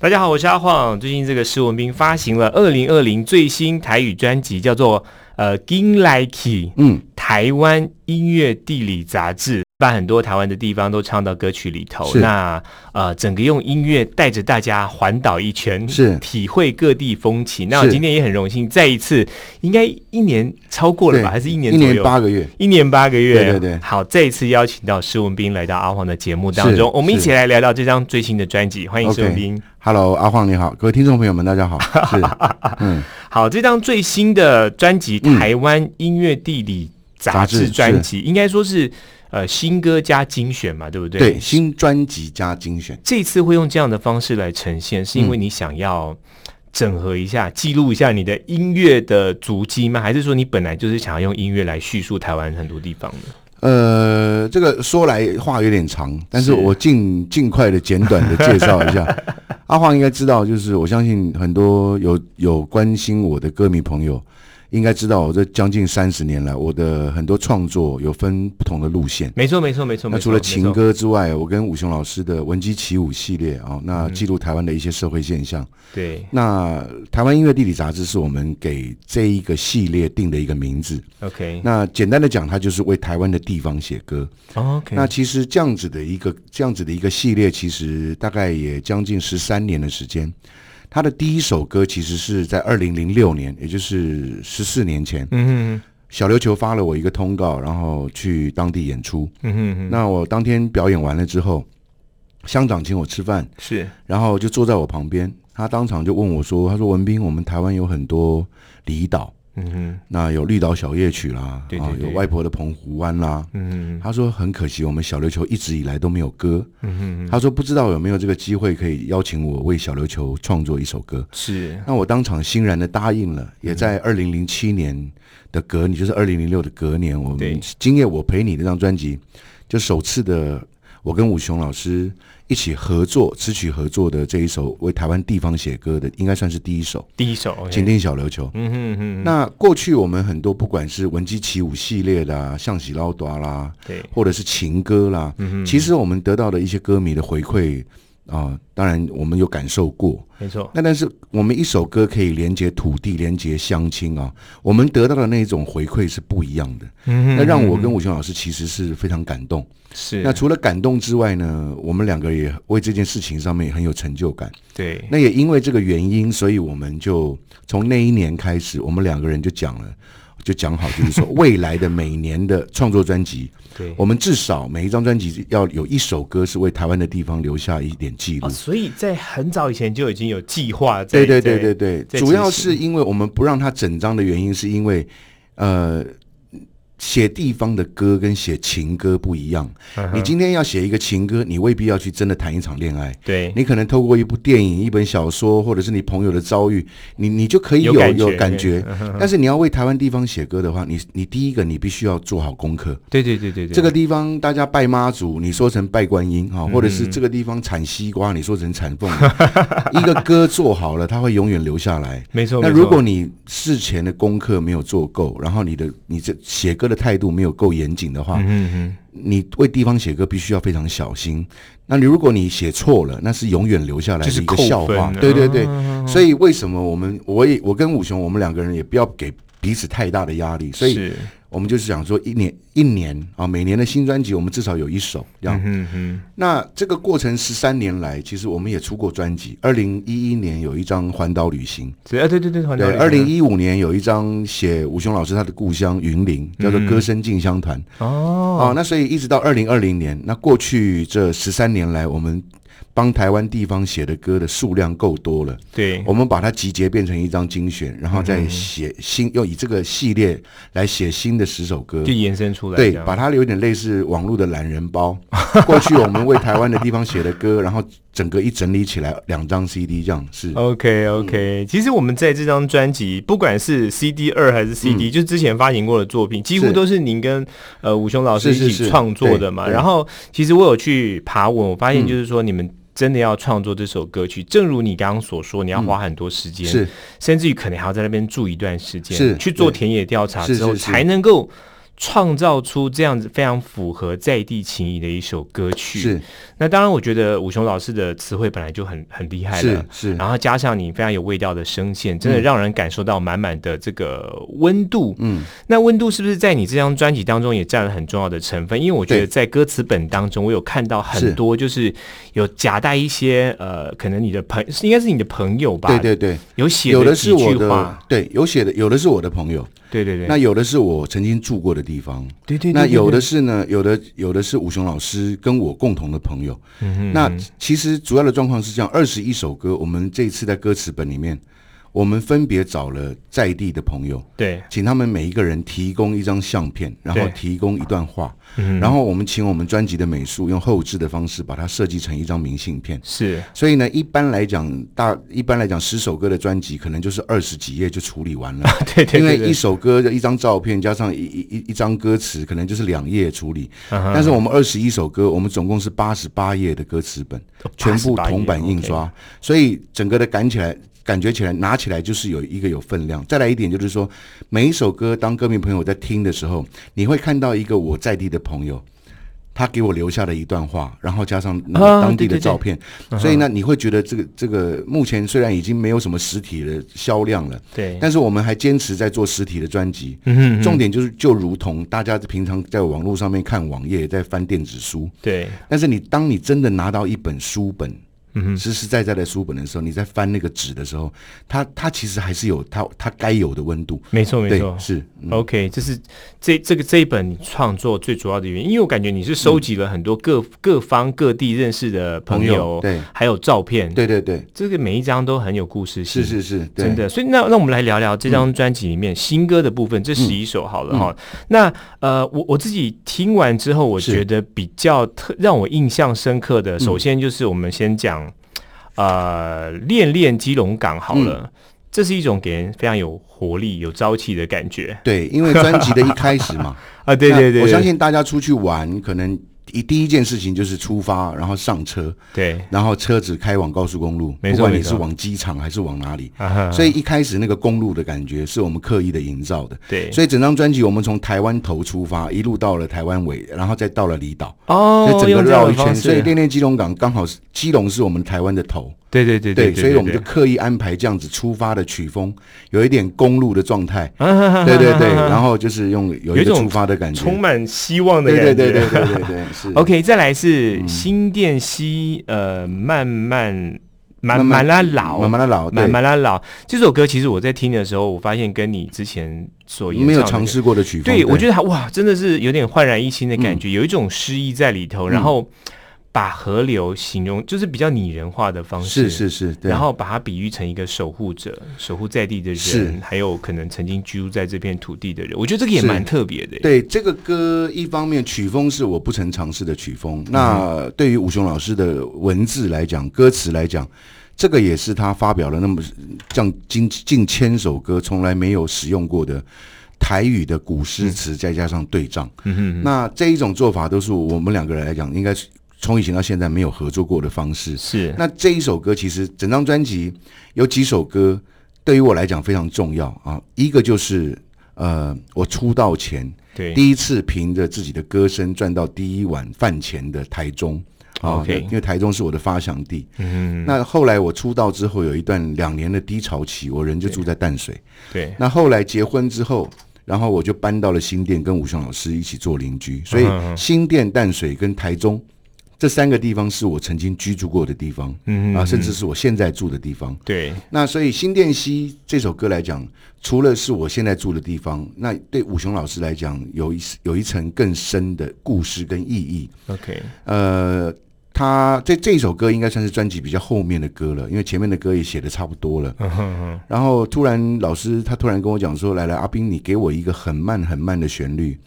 大家好，我是阿晃。最近这个施文斌发行了二零二零最新台语专辑，叫做呃《Gin Like》，嗯，台湾音乐地理杂志。把很多台湾的地方都唱到歌曲里头，是那呃，整个用音乐带着大家环岛一圈，是体会各地风情。那是我今天也很荣幸，再一次，应该一年超过了吧，对还是一年一左右？年八个月，一年八个月，对对对好，这一次邀请到施文斌来到阿黄的节目当中，是我们一起来聊聊这张最新的专辑。欢迎施文斌。 Hello，阿晃你好，各位听众朋友们，大家好。是，嗯，好，这张最新的专辑《嗯台湾音乐地理杂杂志志》专辑，应该说是呃新歌加精选嘛，对不对？对，。新专辑加精选，这次会用这样的方式来呈嗯现，是因为你想要整合一下、记录一下你的音乐的足迹吗？还是说你本来就是想要用音乐来叙述台湾很多地方呢？呃，这个说来话有点长，但是是我尽尽快的、简短的介绍一下。 阿晃应该知道，就是我相信很多有有关心我的歌迷朋友，应该知道我这将近三十年来，我的很多创作有分不同的路线。没错，没错，没错。那没错除了情，没错歌之外，我跟武雄老师的文姬起舞系列啊、哦，那记录台湾的一些社会现象。对那台湾音乐地理杂志是我们给这一个系列定的一个名字。 ，OK，那简单的讲，它就是为台湾的地方写歌。哦 OK，那其实这样子的一个这样子的一个系列，其实大概也将近十三年的时间。它的第一首歌其实是在二零零六年，也就是十四年前，嗯小琉球发了我一个通告，然后去当地演出。哼嗯哼嗯哼，那我当天表演完了之后，乡长请我吃饭，是然后就坐在我旁边，他当场就问我说：“他说文斌，我们台湾有很多离岛，嗯哼那有绿岛小夜曲啦，对对对啊，有外婆的澎湖湾啦。嗯哼他说很可惜，我们小琉球一直以来都没有歌。嗯哼，他说不知道有没有这个机会可以邀请我为小琉球创作一首歌。是那我当场欣然的答应了，嗯也在二零零七年的隔年，就是二零零六的隔年，我对们今夜我陪你这张专辑，就首次的我跟武雄老师一起合作词曲合作的这一首为台湾地方写歌的，应该算是第一首第一首《 ，OK，情定小琉球》。嗯哼嗯哼，那过去我们很多不管是文姬起舞系列的、啊、象棋捞多啦，对，或者是情歌啦，嗯其实我们得到的一些歌迷的回馈啊、当然我们有感受过，没错，那但是我们一首歌可以连接土地、连接乡亲啊，我们得到的那种回馈是不一样的。嗯那让我跟武雄老师其实是非常感动。是那除了感动之外呢，我们两个也为这件事情上面很有成就感。对，那也因为这个原因，所以我们就从那一年开始，我们两个人就讲了，就讲好，就是说未来的每年的创作专辑，对。我们至少每一张专辑要有一首歌是为台湾的地方留下一点记录哦，。所以在很早以前就已经有计划在，对对对对对，在主要执行是因为我们不让它整张的原因，是因为呃，写地方的歌跟写情歌不一样。嗯哼你今天要写一个情歌，你未必要去真的谈一场恋爱。对你可能透过一部电影、一本小说，或者是你朋友的遭遇，你你就可以有有感觉嗯感觉。但是你要为台湾地方写歌的话，你你第一个你必须要做好功课。对对对对对，这个地方大家拜妈祖，你说成拜观音嗯哈，或者是这个地方产西瓜，你说成产凤 梨。一个歌做好了，它会永远留下来。没错。那没错如果你事前的功课没有做够，然后你的你这写歌的态度没有够严谨的话，嗯嗯你为地方写歌必须要非常小心。那你如果你写错了，那是永远留下来就是的一个扣笑话。分啊嗯对对对，所以为什么我们我也我跟武雄我们两个人也不要给彼此太大的压力，嗯，所以是我们就是想说一年一年啊，每年的新专辑我们至少有一首这样。嗯嗯那这个过程十三年来，其实我们也出过专辑，二零一一年有一张环岛旅行，是啊对对对，环岛对，二零一五年有一张写吴雄老师他的故乡云林，叫做《歌声进香团》嗯哦，哦，那所以一直到二零二零年，那过去这十三年来，我们帮台湾地方写的歌的数量够多了，对我们把它集结变成一张精选，然后嗯再写新，又以这个系列来写新的十首歌就。延伸出来对这，样把它有点类似网络的懒人包。 过去我们为台湾的地方写的歌，然后整个一整理起来，两张 CD 这样哦是。 OK 嗯 OK，、其实我们在这张专辑，不管是 CD 二还是 CD，、就之前发行过的作品，几乎嗯是都是您跟呃武雄老师是是一是起创作的嘛。对对嗯然后其实我有去爬文，我发现就是说你们。真的要创作这首歌曲，正如你刚刚所说，你要花很多时间，是甚至于可能还要在那边住一段时间，是去做对田野调查之后，是是是才能够创造出这样子非常符合在地情谊的一首歌曲。是那当然，我觉得武雄老师的词汇本来就很很厉害了是，嗯是然后加上你非常有味道的声线，真的让人感受到满满的这个温度。嗯，那温度是不是在你这张专辑当中也占了很重要的成分？因为我觉得对在歌词本当中，我有看到很是多就是有夹带一些呃，可能你的朋应该是你的朋友吧？对对对，有写有了的是几我句的话，，对，有写的，有的是我的朋友，对对对，那有的是我曾经住过的地方，对对对那对有对的是呢，有的有的是武雄老师跟我共同的朋友。嗯那其实主要的状况是这样：二十一首歌，我们这一次在歌词本里面，我们分别找了在地的朋友，对请他们每一个人提供一张相片，然后对提供一段话，然后我们请我们专辑的美术用后置的方式把它设计成一张明信片。是 所以呢，一般来讲，大一般来讲，十首歌的专辑可能就是二十几页就处理完了。对对因为对一对，首歌的一张照片加上一一一一张歌词，可能就是两页处理。啊但是我们二十一首歌，我们总共是八十八页的歌词本，哦全部88页铜版印刷，所以整个的赶起来。感觉起来，拿起来就是有一个有分量。再来一点，就是说，每一首歌，当歌迷朋友在听的时候，你会看到一个我在地的朋友，他给我留下的一段话，然后加上那啊个当对地对的对照片，所以呢，你会觉得这个这个目前虽然已经没有什么实体的销量了，对但是我们还坚持在做实体的专辑。嗯重点就是，就如同大家平常在网络上面看网页，在翻电子书，对但是你当你真的拿到一本书本，嗯，实实在在的书本的时候，你在翻那个纸的时候，它它其实还是有它它该有的温度。没错没对错，是，嗯 OK，这是这这个这一本你创作最主要的原因，因为我感觉你是收集了很多各、各方各地认识的朋嗯朋友对还有照片，，对对对，这个每一张都很有故事性，是是是，对嗯真的。所以那那我们来聊聊这张专辑里面新歌的部分，这十一首好了哈。那呃，我我自己听完之后，我是嗯觉得比较特让我印象深刻的，首先就是我们先讲呃，恋恋基隆港好了。嗯这是一种给人非常有活力、有朝气的感觉对，因为专辑的一开始 嘛，啊！对那对对，我对相信大家出去玩，可能一第一件事情就是出发，然后上车，对，然后车子开往高速公路，没不错管没你错是往机场还是往哪里，啊哈，所以一开始那个公路的感觉是我们刻意的营造的。对，所以整张专辑我们从台湾头出发，一路到了台湾尾，然后再到了离岛，哦，就整个用这样绕的一圈。方式所以恋恋基隆港刚好是基隆是我们台湾的头，对对对对，所以我们就对刻意安排这样子出发的曲风，有一点公路的 状态，啊对对对，然后就是用有有一一个种出发的感觉充，满希望的对感觉。对对对对对对，是 嗯 OK，再来是新店溪，呃，慢慢慢慢慢慢拉老，慢慢的老，对慢，慢拉老这首歌，其实我在听的时候，我发现跟你之前所演没有唱的尝试过的曲风，对，我觉得它哇，真的是有点焕然一新的嗯感觉，有一种诗意在里头，然后把河流形容就是比较拟人化的方式，是是是，对然后把它比喻成一个守护者，守护在地的是人，还有可能曾经居住在这片土地的人，我觉得这个也是蛮特别的。对这个歌，一方面曲风是我不曾尝试的曲风，那对于武雄老师的文字来讲，歌词来讲，这个也是他发表了那么这样近近千首歌从来没有使用过的。台语的古诗词再加上对仗，嗯、那这一种做法都是我们两个人来讲，应该是从以前到现在没有合作过的方式。是那这一首歌其实整张专辑有几首歌对于我来讲非常重要啊，一个就是呃我出道前对第一次凭着自己的歌声赚到第一碗饭钱的台中。啊 OK 因为台中是我的发祥地。嗯，那后来我出道之后，有一段两年的低潮期，我人就住在淡水。对，那后来结婚之后，然后我就搬到了新店，跟武雄老师一起做邻居。所以新店、淡水跟台中这三个地方是我曾经居住过的地方，嗯啊，甚至是我现在住的地方。对那所以新店溪这首歌来讲，除了是我现在住的地方，那对武雄老师来讲，有一有一层更深的故事跟意义。 ，OK，呃，他这这一首歌应该算是专辑比较后面的歌了，因为前面的歌也写的差不多了。然后突然老师他突然跟我讲说：“来来，阿斌，你给我一个很慢很慢的旋律，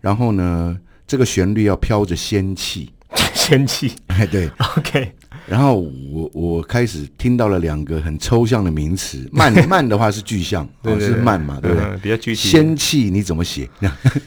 然后呢，这个旋律要飘着仙气。仙气”哎，对。 ，OK，然后我我开始听到了两个很抽象的名 词，慢慢的话是具象，对哦对是对慢嘛，对不对？嗯比较具体。仙气你怎么写？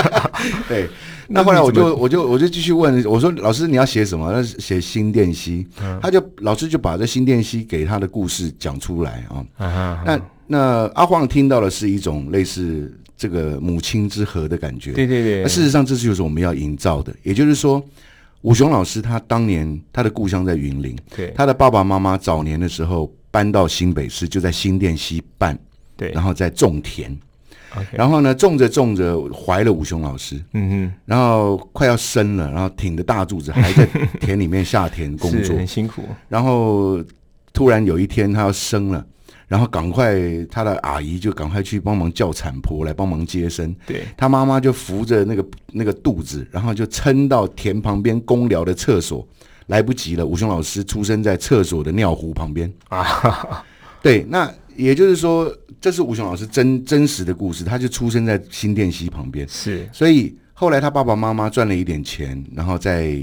对，那后来我就我就我就继续问，我说老师你要写什么？那写新店溪，嗯他就老师就把这新店溪给他的故事讲出来啊。啊哈，那那阿晃听到的是一种类似这个母亲之河的感觉。对对对，那事实上，这是就是我们要营造的。也就是说，武雄老师他当年他的故乡在云林，对他的爸爸妈妈早年的时候搬到新北市，就在新店溪办，对然后在种田。 ，OK，然后呢，种着种着怀了武雄老师，嗯然后快要生了，然后挺着大肚子 还在田里面下田哼，工是作很，辛苦，然后突然有一天他要生了。然后赶快，他的阿姨就赶快去帮忙叫产婆来帮忙接生，对，他妈妈就扶着那个那个肚子，然后就撑到田旁边公寮的厕所，来不及了。吴雄老师出生在厕所的尿壶旁边啊， 对，那也就是说，这是吴雄老师真真实的故事，他就出生在新店溪旁边，是所以后来他爸爸妈妈赚了一点钱，然后在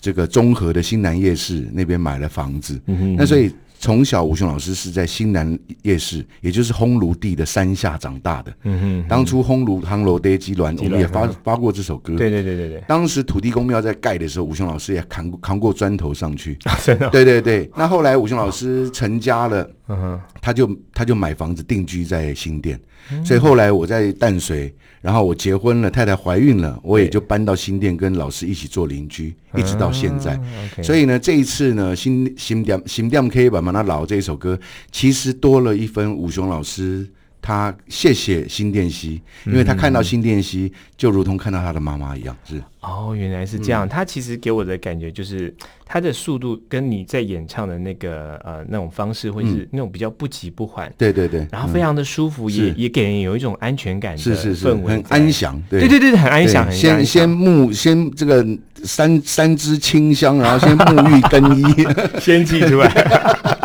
这个中和的新南夜市那边买了房子，那所以。从小，吴雄老师是在新南夜市，也就是烘炉地的山下长大的。嗯当初烘炉夯楼爹鸡卵，我们也发发过这首歌哼，。对对对对对，当时土地公庙在盖的时候，武雄老师也扛扛过砖头上去。真的， 对对对，那后来武雄老师成家了，嗯哼，他就他就买房子定居在新店，所以后来我在淡水，然后我结婚了，太太怀孕了，我也就搬到新店跟老师一起做邻居，一直到现在。嗯 OK，所以呢，这一次呢，新新店新店 K 版嘛，那老这一首歌，其实多了一分武雄老师他谢谢新店溪，因为他看嗯到新店溪，就如同看到他的妈妈一样，是哦，原来是这嗯样。他其实给我的感觉就是，他的速度跟你在演唱的那个呃那种方式，会是那种比较不急不缓，嗯对对对，然后非常的舒服，也是也给人有一种安全感的是是是，氛围，很安。详，对对对对，很安详，对很先安详先沐先这个三三支清香，然后先沐浴 更衣，先记 出来。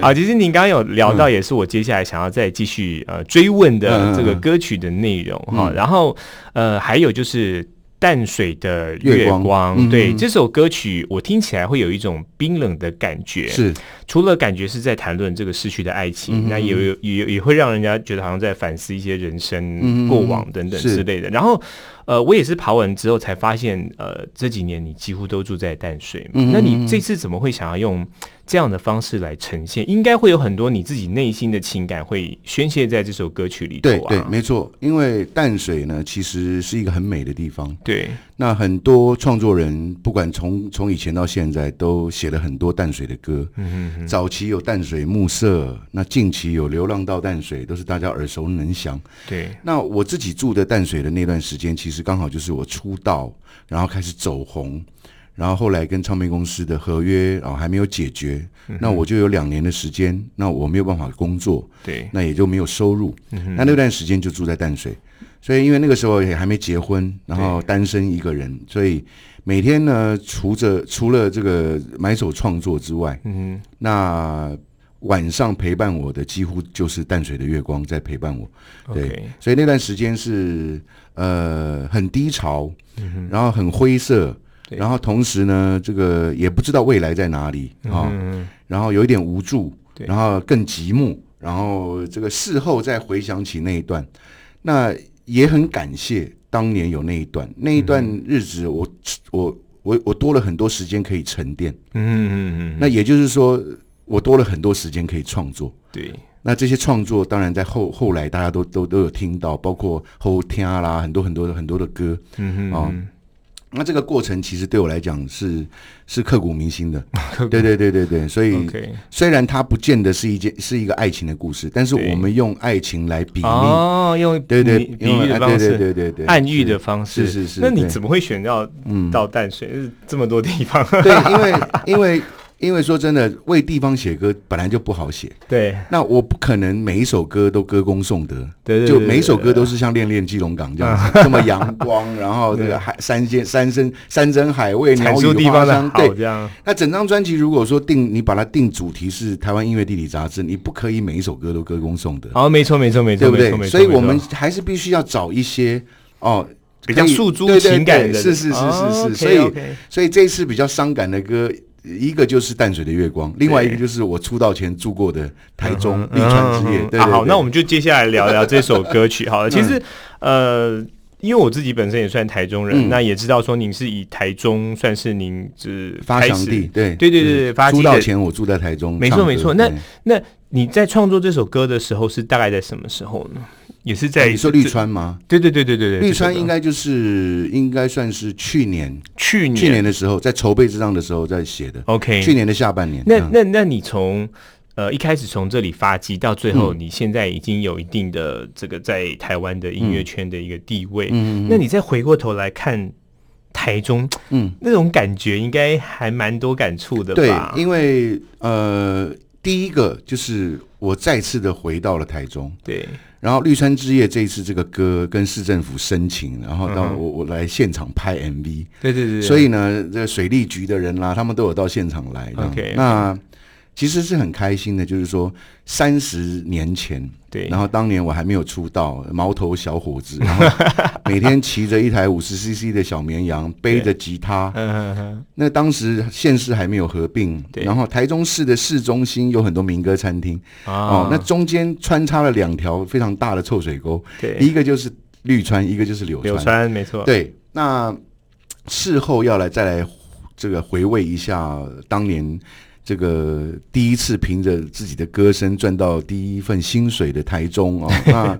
好，其实您刚刚有聊到，也是我接下来想要再继续呃追问的嗯嗯嗯这个嗯歌曲的内容哈。然后呃，还有就是淡水的月月光光，嗯对嗯这首歌曲，我听起来会有一种冰冷的感觉。是除了感觉是在谈论这个逝去的爱情，嗯那也有也也会让人家觉得好像在反思一些人生嗯过往等等是之类的。然后，呃，我也是爬文之后才发现，呃，这几年你几乎都住在淡水嘛，嗯那你这次怎么会想要用这样的方式来呈现？应该会有很多你自己内心的情感会宣泄在这首歌曲里头对啊。对，没错，因为淡水呢，其实是一个很美的地方。对那很多创作人，不管从从以前到现在，都写了很多淡水的歌。嗯嗯早期有淡水暮色，那近期有流浪到淡水，都是大家耳熟能详。对那我自己住的淡水的那段时间，其实刚好就是我出道，然后开始走红，然后后来跟唱片公司的合约啊、还没有解决，那我就有两年的时间，那我没有办法工作，对那也就没有收入。那那段时间就住在淡水，所以因为那个时候也还没结婚，然后单身一个人，所以每天呢，除着除了这个买手创作之外，嗯那晚上陪伴我的几乎就是淡水的月光在陪伴我。哼对，OK，所以那段时间是呃很低潮，然后很灰色，嗯对然后同时呢，这个也不知道未来在哪里啊、嗯然后有一点无助，对然后更寂寞，然后这个事后再回想起那一段，那也很感谢当年有那一段，那一段日子我、我我我多了很多时间可以沉淀，嗯嗯嗯嗯，那也就是说我多了很多时间可以创作，对那这些创作当然在后后来大家都都都有听到，包括后天啊啦，很多很多的很多的歌。嗯哦嗯那这个过程其实对我来讲是是刻骨铭 心的，对对对对对。所以，OK，虽然它不见得是一件是一个爱情的故事，但是对我们用爱情来比拟，哦，用对对，比比用喻的哎方对式对。对对对，暗喻的方式是是是那你对怎么会选到到淡水、这么多地方？对，因为因为因为说真的，为地方写歌本来就不好写，对那我不可能每一首歌都歌功颂德，对对对啊就每一首歌都是像《恋恋基隆港》这样子，这么阳光，然后这个海山间山生山珍海味，鸟阐述语地方花的香。好对，这样。那整张专辑如果说定你把它定主题是台湾音乐地理杂志，你不可以每一首歌都歌功颂德，好，没错没错没错，对不没错没对？错所以没错我们还是必须要找一些哦。比较可以诉诸对对情感对的，是是是哦是，OK，是，所以 OK 所以这次比较伤感的歌，一个就是《淡水的月光》，另外一个就是我出道前住过的台中嗯碧川之夜。嗯对对啊好，对那我们就接下来聊聊这首歌曲。好了，其实呃。因为我自己本身也算台中人，嗯那也知道说您是以台中算是您是发开祥始地，对对对对对，发迹出道的。前我住在台中，没错唱歌没错对那你在创作这首歌的时候是大概在什么时候呢？也是在你说绿川吗？对对对对对对，绿川应该该就是应该算是去年去年去年的时候，在筹备这张的时候在写的， OK 去年的下半年。那嗯那那你从呃一开始从这里发迹到最后，嗯你现在已经有一定的这个在台湾的音嗯乐圈的一个地位。嗯，那你再回过头来看台中，嗯，那种感觉应该还蛮多感触的对吧，？因为呃，第一个就是我再次的回到了台中，对，然后绿川之夜这一次这个歌跟市政府申请，然后到嗯我、我来现场拍 MV，对对对对，所以以呢，这个水利局的人啦、他们都有到现场来。这样 OK 那其实是很开心的，就是说三十年前，对然后当年我还没有出道，毛头小伙子，然后每天骑着一台五十 CC 的小绵羊，背着吉他。嗯嗯那当时县市还没有合并，对然后台中市的市中心有很多民歌餐厅，嗯啊，，哦那中间穿插了两条非常大的臭水沟，对一个就是绿川，一个就是柳柳川。川没错，对，那事后要来再来这个回味一下当年这个第一次凭着自己的歌声赚到第一份薪水的台中哦，那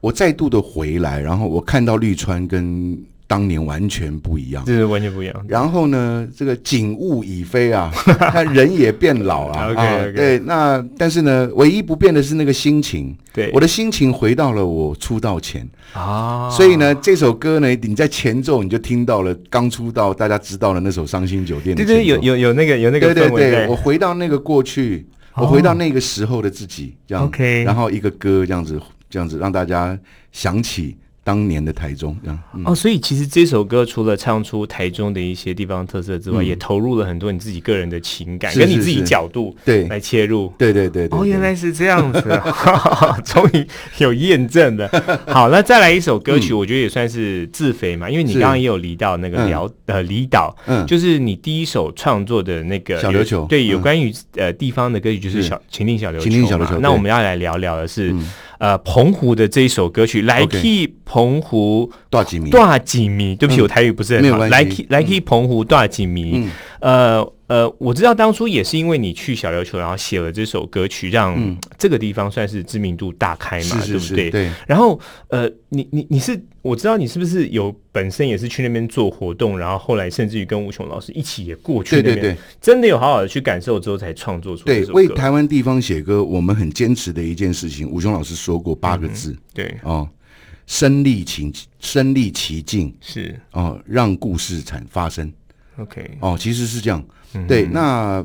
我再度的回来，然后我看到绿川跟当年完全不一样。这是完全不一样。然后呢，这个景物已非啊，那人也变老了啊。 OK，OK 对，那但是呢，唯一不变的是那个心情。对，我的心情回到了我出道前，啊，所以呢，这首歌呢，你在前奏你就听到了刚出道大家知道了那首《伤心酒店》的对前奏。对有有有那个有那个对氛围对对，在我回到那个过去，哦我回到那个时候的自己，这样。 OK 然后一个歌这样子，这样子让大家想起当年的台中，这样。嗯哦，所以其实这首歌除了唱出台中的一些地方特色之外，也投入了很多你自己个人的情感，嗯是跟你是自己是角度对来切入。对对对哎对。哦，对原来是这样子啊， 终于有验证了。好，那再来一首歌曲，我觉得也算是自肥嘛，因为你嗯是刚刚也有离到那个嗯辽、呃离岛，嗯就是你第一首创作的那个小琉球有对，有嗯关于、呃地方的歌曲就是是小秦岭小琉球秦岭小嘛琉球那对嗯我们要来聊聊的是、呃澎湖的这一首歌曲《来 OK 去澎湖》。多少几米？嗯大几米，对不起，我台语不是很没有好。关系嗯来去来去澎湖大几米，呃呃，我知道当初也是因为你去小琉球，然后写了这首歌曲，让这个地方算是知名度大开嘛嗯是，是是，对不对？对。然后呃，你你你是我知道你是不是有本身也是去那边做活动，然后后来甚至于跟吴雄老师一起也过去那对边，对对真的有好好的去感受之后才创作出这对，首为歌。台湾地方写歌，我们很坚持的一件事情。吴雄老师说过八个字对，哦，身历其身历其境是哦，让故事产发生 OK，哦，其实是这样。对，那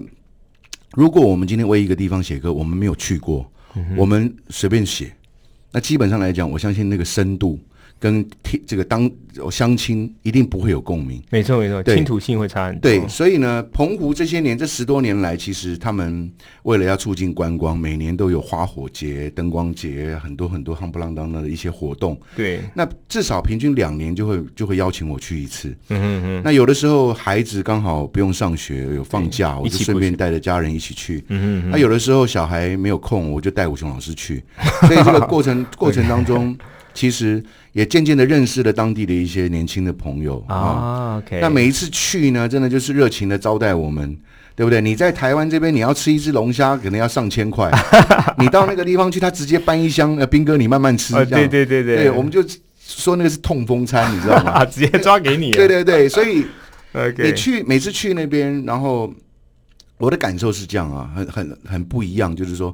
如果我们今天为一个地方写歌，我们没有去过，我们随便写，那基本上来讲，我相信那个深度跟听这个当相亲一定不会有共鸣。没错没错，对倾吐性会差很多。对，所以呢，澎湖这些年这十多年来，其实他们为了要促进观光，每年都有花火节、灯光节，很多很多夯不啷当的一些活动。对，那至少平均两年就会就会邀请我去一次。嗯哼哼。那有的时候孩子刚好不用上学，有放假，我一就起顺过嗯便带着家人一起去。那有的时候小孩没有空，我就带武雄老 师去。所以这个过程过程当中，其实也渐渐的认识了当地的一些年轻的朋友啊。啊，OK，那每一次去呢，真的就是热情的招待我们，对不对？你在台湾这边，你要吃一只龙虾，可能要上千 块；你到那个地方去，他直接搬一箱，呃，兵哥你慢慢吃，啊，这样对对对对我们就说那个是痛风餐，你知道吗？ 啊，直接抓给你，对 对对，所以你，OK，去每次去那边，然后我的感受是这样啊，很很很不一样，就是说。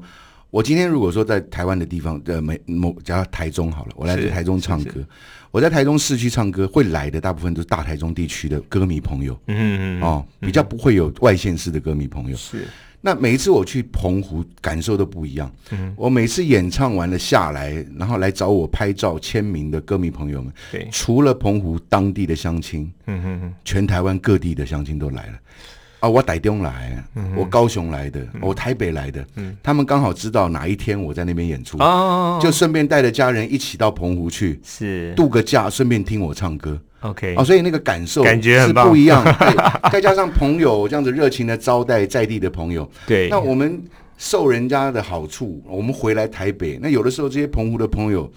我今天如果说在台湾的地方，呃，每某假如台中好了，我来是台中唱歌，我在台中市区唱歌，会来的大部分都是大台中地区的歌迷朋友，嗯嗯，哦，比较不会有外县市的歌迷朋友。是那每一次我去澎湖，感受都不一样。嗯我每次演唱完了下来，然后来找我拍照签名的歌迷朋友们，对，除了澎湖当地的乡亲，嗯嗯嗯，全台湾各地的乡亲都来了。啊，我台中来，嗯我高雄来的，我台北来的，他们刚好知道哪一天我在那边演出，哦，就顺便带着家人一起到澎湖去是度个假，顺便听我唱歌。 OK，哦，所以那个感受感觉很是棒不一样， 对，再加上朋友这样子热情的招待在地的朋友，对，那我们受人家的好处，我们回来台北，那有的时候这些澎湖的朋友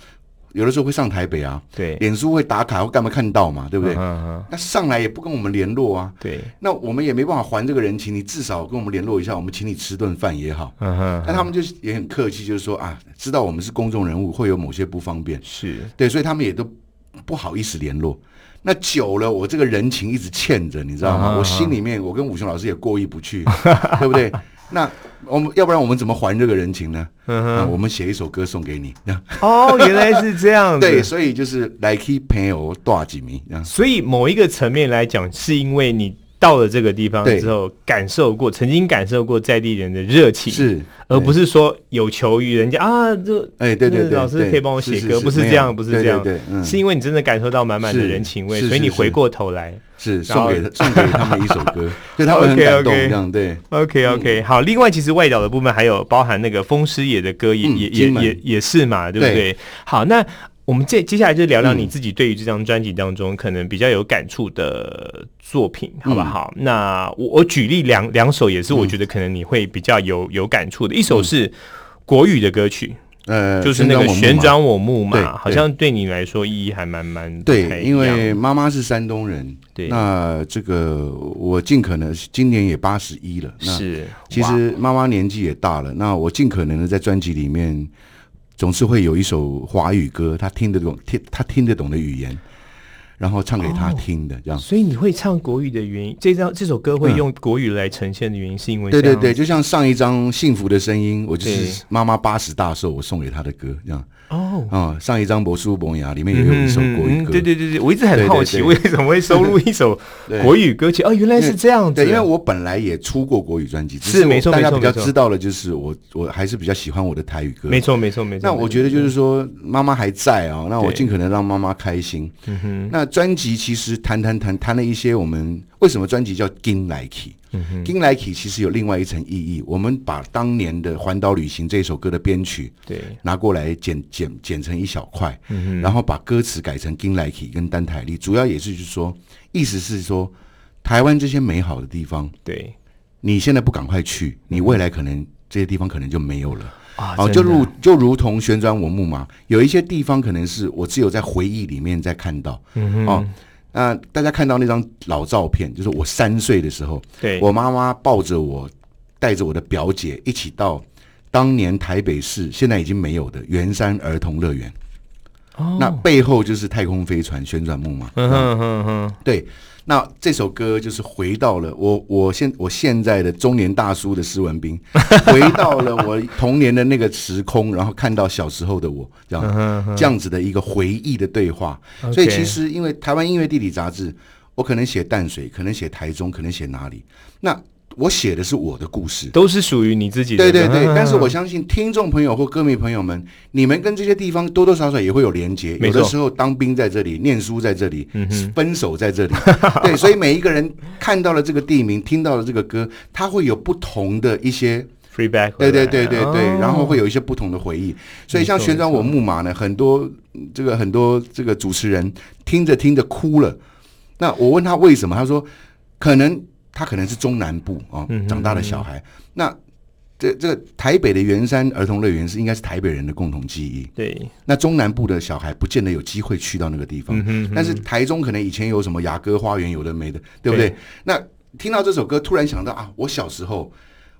有的时候会上台北啊，对，脸书会打卡会干嘛看到嘛，对不对？嗯哼，那上来也不跟我们联络啊，对，那我们也没办法还这个人情，你至少跟我们联络一下，我们请你吃顿饭也好。嗯哼，但他们就是也很客气，就是说啊，知道我们是公众人物，会有某些不方便， 是，对，所以他们也都不好意思联络。那久了，我这个人情一直欠着，你知道啊吗？哈我心里面，我跟武雄老师也过意不去， 对不对？那我们要不然我们怎么还这个人情呢？啊嗯我们写一首歌送给你。哼，哦，原来是这样子。对，所以就是来去朋友大几名。啊所以某一个层面来讲，是因为你到了这个地方对之后，感受过，曾经感受过在地人的热情，，是，而不是是说有求于人家啊，这哎，对对那对，老师对可以帮我是写是歌，是不是没有这样，不是对这样，对，对嗯，是因为你真的感受到满满的是人情味，是所以是你是回过头来。是然后送给送给他们一首 歌，所以他们很 OK，OK 感动，这样对。 OK 嗯 OK，、好。另外，其实外岛的部分还有包含那个风师爷的歌也、嗯也也金门也也是嘛，对不对？对嗯好，那我们接接下来就聊聊你自己对于这张专辑当中可能比较有感触的作品，好不好？嗯那我我举例两两首，也是我觉得可能你会比较有有感触的，一首是。国语的歌曲嗯呃，就是那个旋转我木马旋转我木对马，对好像对你来说意义还蛮蛮不太对，一因样为妈妈是山东人，对那这个我尽可能今年也八十一了，那是其哇实妈妈年纪也大了，那我尽可能的在专辑里面总是会有一首华语歌，她听得懂，听她听得懂的语言，然后唱给她听的这样。所以你会唱国语的原因，这张这首歌会用国语来呈现的原因，是因为嗯对这对样对，就像上一张《幸福的声音》，我就对是妈妈八十大寿，我送给她的歌这样哦，嗯啊、上一张《魔术萌芽》里面也有一首国语歌，对对对对，我一直很好奇对为对什么会收录一首对国语歌曲哦，原来是这样子，对，因为我本来也出过国语专辑，只是我没错大家没错比较没错知道的就是我，我还是比较喜欢我的台语歌。没错没错没错，那我觉得就是说，妈妈还在啊、那我尽可能让妈妈开心。嗯那专辑其实谈谈谈谈了一些我们为什么专辑叫《金来奇》。嗯金来奇其实有另外一层意义，我们把当年的《环岛旅行》这首歌的编曲对拿过来剪剪剪成一小块，嗯然后把歌词改成金来奇跟丹台利，主要也是就是说，意思是说，台湾这些美好的地方，对你现在不赶快去，你未来可能这些地方可能就没有了。啊哦，真就的如就如同旋转我木马，有一些地方可能是我只有在回忆里面在看到。嗯哦，那、大家看到那张老照片，就是我三岁的时候，对我妈妈抱着我，带着我的表姐一起到当年台北市现在已经没有的圆山儿童乐园。哦那背后就是太空飞船旋转木马。嗯哼哼哼，对，那这首歌就是回到了我我现我现在的中年大叔的施 文斌，回到了我童年的那个时空，然后看到小时候的我，这嗯样、这样子的一个回忆的对话。所以 OK 其实因为台湾音乐地理杂志，我可能写淡水，可能写台中，可能写哪里，那我写的是我的故事。都是属于你自己的，对对 对，嗯但是我相信听众朋友或歌迷朋友们，你们跟这些地方多多少少也会有连结。没有错嗯的时候当兵在这里，念书在这里，分手在 这里，对，所以每一个人看到了这个地名，听到了这个歌，他会有不同的一些， free back，对对对对对，哦然后会有一些不同的回忆。所以像没错旋转我木马呢，很多嗯这个很多这个主持人听着听着哭了。那我问他为什么，他说可能他可能是中南部啊、嗯哼长大的小孩。那这这个台北的圆山儿童乐园是应该是台北人的共同记忆。对，那中南部的小孩不见得有机会去到那个地方，嗯哼，但是台中可能以前有什么雅歌花园，有的没的，对不对？那听到这首歌，突然想到啊，我小时候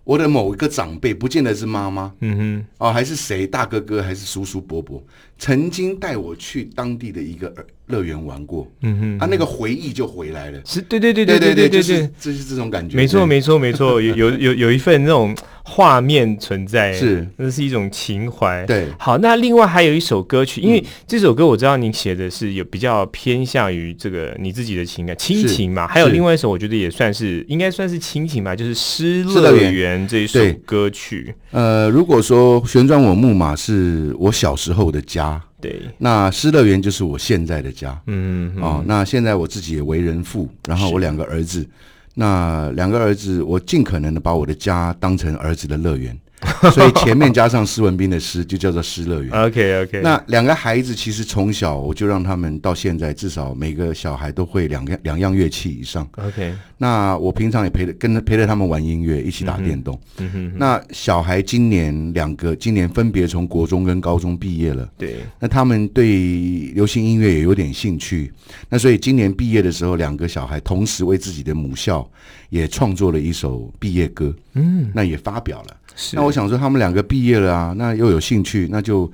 我的某一个长辈，不见得是妈妈嗯哼，哦，还是谁大哥哥，还是叔叔伯伯，曾经带我去当地的一个儿乐园玩过，嗯哼，啊，那个回忆就回来了。是，对对对对对对就对是。就是这种感觉。没错，对没错，没错，有有有有一份那种画面存在，是，那是一种情怀。对好，那另外还有一首歌嗯曲，因为这首歌我知道你写的是有比较偏向于这个你自己的情感亲情嘛，还有是另外一首我觉得也算是应该算是亲情吧，就是《失失乐乐园园》这一首对歌曲。呃，如果说旋转我木马是我小时候的家，对，那失乐园就是我现在的家。嗯，哦，那现在我自己也为人父，然后我两个 儿子，那两个儿子，我尽可能的把我的家当成儿子的乐园，所以前面加上施文斌的诗，就叫做诗乐园。 OK OK，那两个孩子其实从小我就让他们到现在，至少每个小孩都会两个两样乐器以上。 OK，那我平常也陪着跟着陪着他们玩音乐，一起打电动。嗯哼，那小孩今年两个，今年分别从国中跟高中毕业了。对，那他们对流行音乐也有点兴趣，那所以今年毕业的时候，两个小孩同时为自己的母校也创作了一首毕业歌，嗯，那也发表了。是那我想说，他们两个毕业了啊，那又有兴趣，那就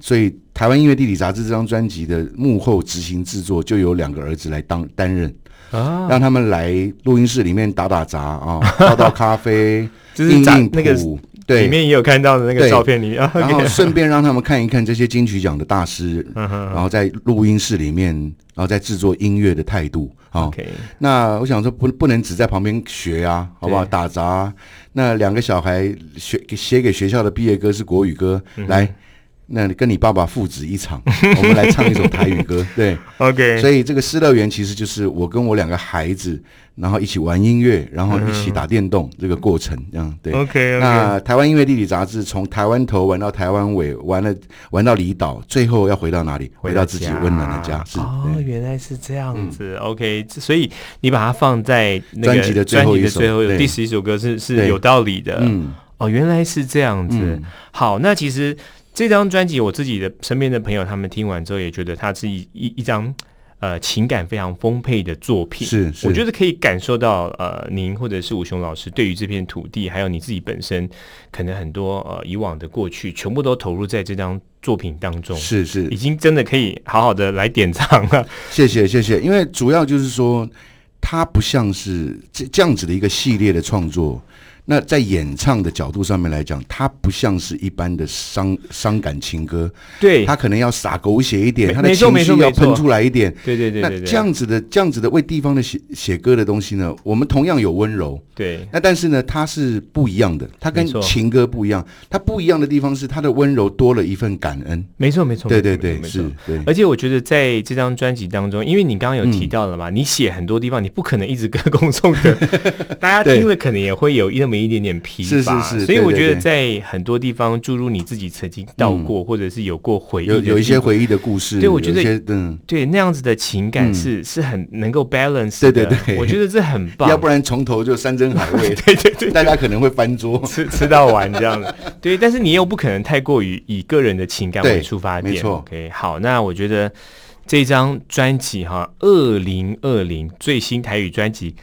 所以《台湾音乐地理杂志》这张专辑的幕后执行制作就由两个儿子来当担任，啊，让他们来录音室里面打打 杂啊，倒倒咖啡，就印是杂印那个谱，里对，面也有看到的那个对照片里面啊然，OK，后顺便让他们看一看这些金曲奖的大师， 嗯哼然后在录音室里面，然后在制作音乐的态度啊。 ，OK，那我想说不，不能只在旁边学啊，好不好？对打杂啊、那两个小孩学给写给学校的毕业歌是国语歌，嗯来，那你跟你爸爸父子一场，我们来唱一首台语歌。 对， OK，所以这个失乐园其实就是我跟我两个孩子，然后一起玩音乐，然后嗯一起打电动这个过程，这样对。 OK，OK 那台湾音乐地理杂志从台湾头玩到台湾尾，玩了玩到离岛，最后要回到哪里？回到自己温暖的家，是哦，对嗯原来是这样子。OK，这所以你把它放在那个专辑的最专后辑一的首最后对第十一首歌是是对有道理的。嗯，哦，原来是这样子。嗯好，那其实这张专辑，我自己的身边的朋友他们听完之后也觉得它是一一一张呃情感非常丰沛的作品。是是呃我觉得可以感受到呃您或者是武雄老师对于这片土地，还有你自己本身可能很多呃以往的过去，全部都投入在这张作品当中。是是已，经真的可以好好的来典藏 了，谢谢谢谢，因为主要就是说，它不像是这这样子的一个系列的创作。那在演唱的角度上面来讲，它不像是一般的伤伤感情歌，对，他可能要洒狗血一点，没他的没错情没错绪要没错喷出来一点。对对对那对对，这样子的这样子的为地方的写写歌的东西呢，我们同样有温柔，对那但是呢，它是不一样的，它跟没错情歌不一样，它不一样的地方是它的温柔多了一份感恩。没错没错，对对没错对，没错是，对，而且我觉得在这张专辑当中，因为你刚刚有提到了嗯嘛，你写很多地方你不可能一直歌功颂 德，大家对听了可能也会有那么一点点疲是是乏，是所以对我对觉得对在很多地方注入你自己曾经到过、或者是有过回忆的有地方，有一些回忆的故事，对我觉得有一些嗯，对那样子的情感是、是很能够 balance 的，对对对我觉得这很棒， 要不然从头就山珍海味， 对对对。大家可能会翻桌。 吃吃到完这样 子，对，但是你又不可能太过于以个人的情感为对出发点，没错 OK，好，那我觉得这张专辑哈，二零二零最新台语专辑《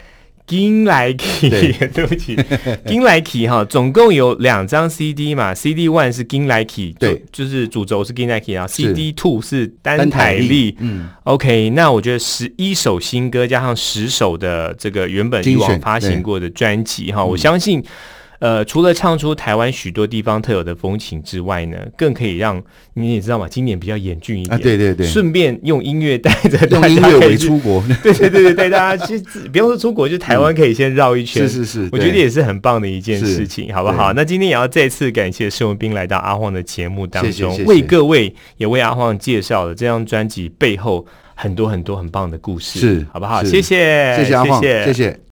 金来奇》，对不 起，《金来奇》哈，总共有两张 CD 嘛，CD One 是《金来奇》，对就，就是主轴是《金来奇》，然后是 CD 啊 Two 是单单台台历历。嗯， OK，那我觉得十一首新歌加上十首的这个原本以精选往发行过的专辑哈，我相信，呃，除了唱出台湾许多地方特有的风情之外呢，更可以让你也知道嘛，今年比较严峻一点，啊，对对对，顺便用音乐带着大家用音乐可以为去，出 国，对对对对，带大家去，不用说出国，就台湾可以先绕一圈，嗯是是是，我觉得对也是很棒的一件事情，好不好？那今天也要再次感谢施文斌来到阿晃的节目当中，谢谢谢谢为各位也为阿晃介绍了这张专辑背后很多很多很棒的故事，是好不好？是谢谢，谢谢阿晃，哎谢谢谢。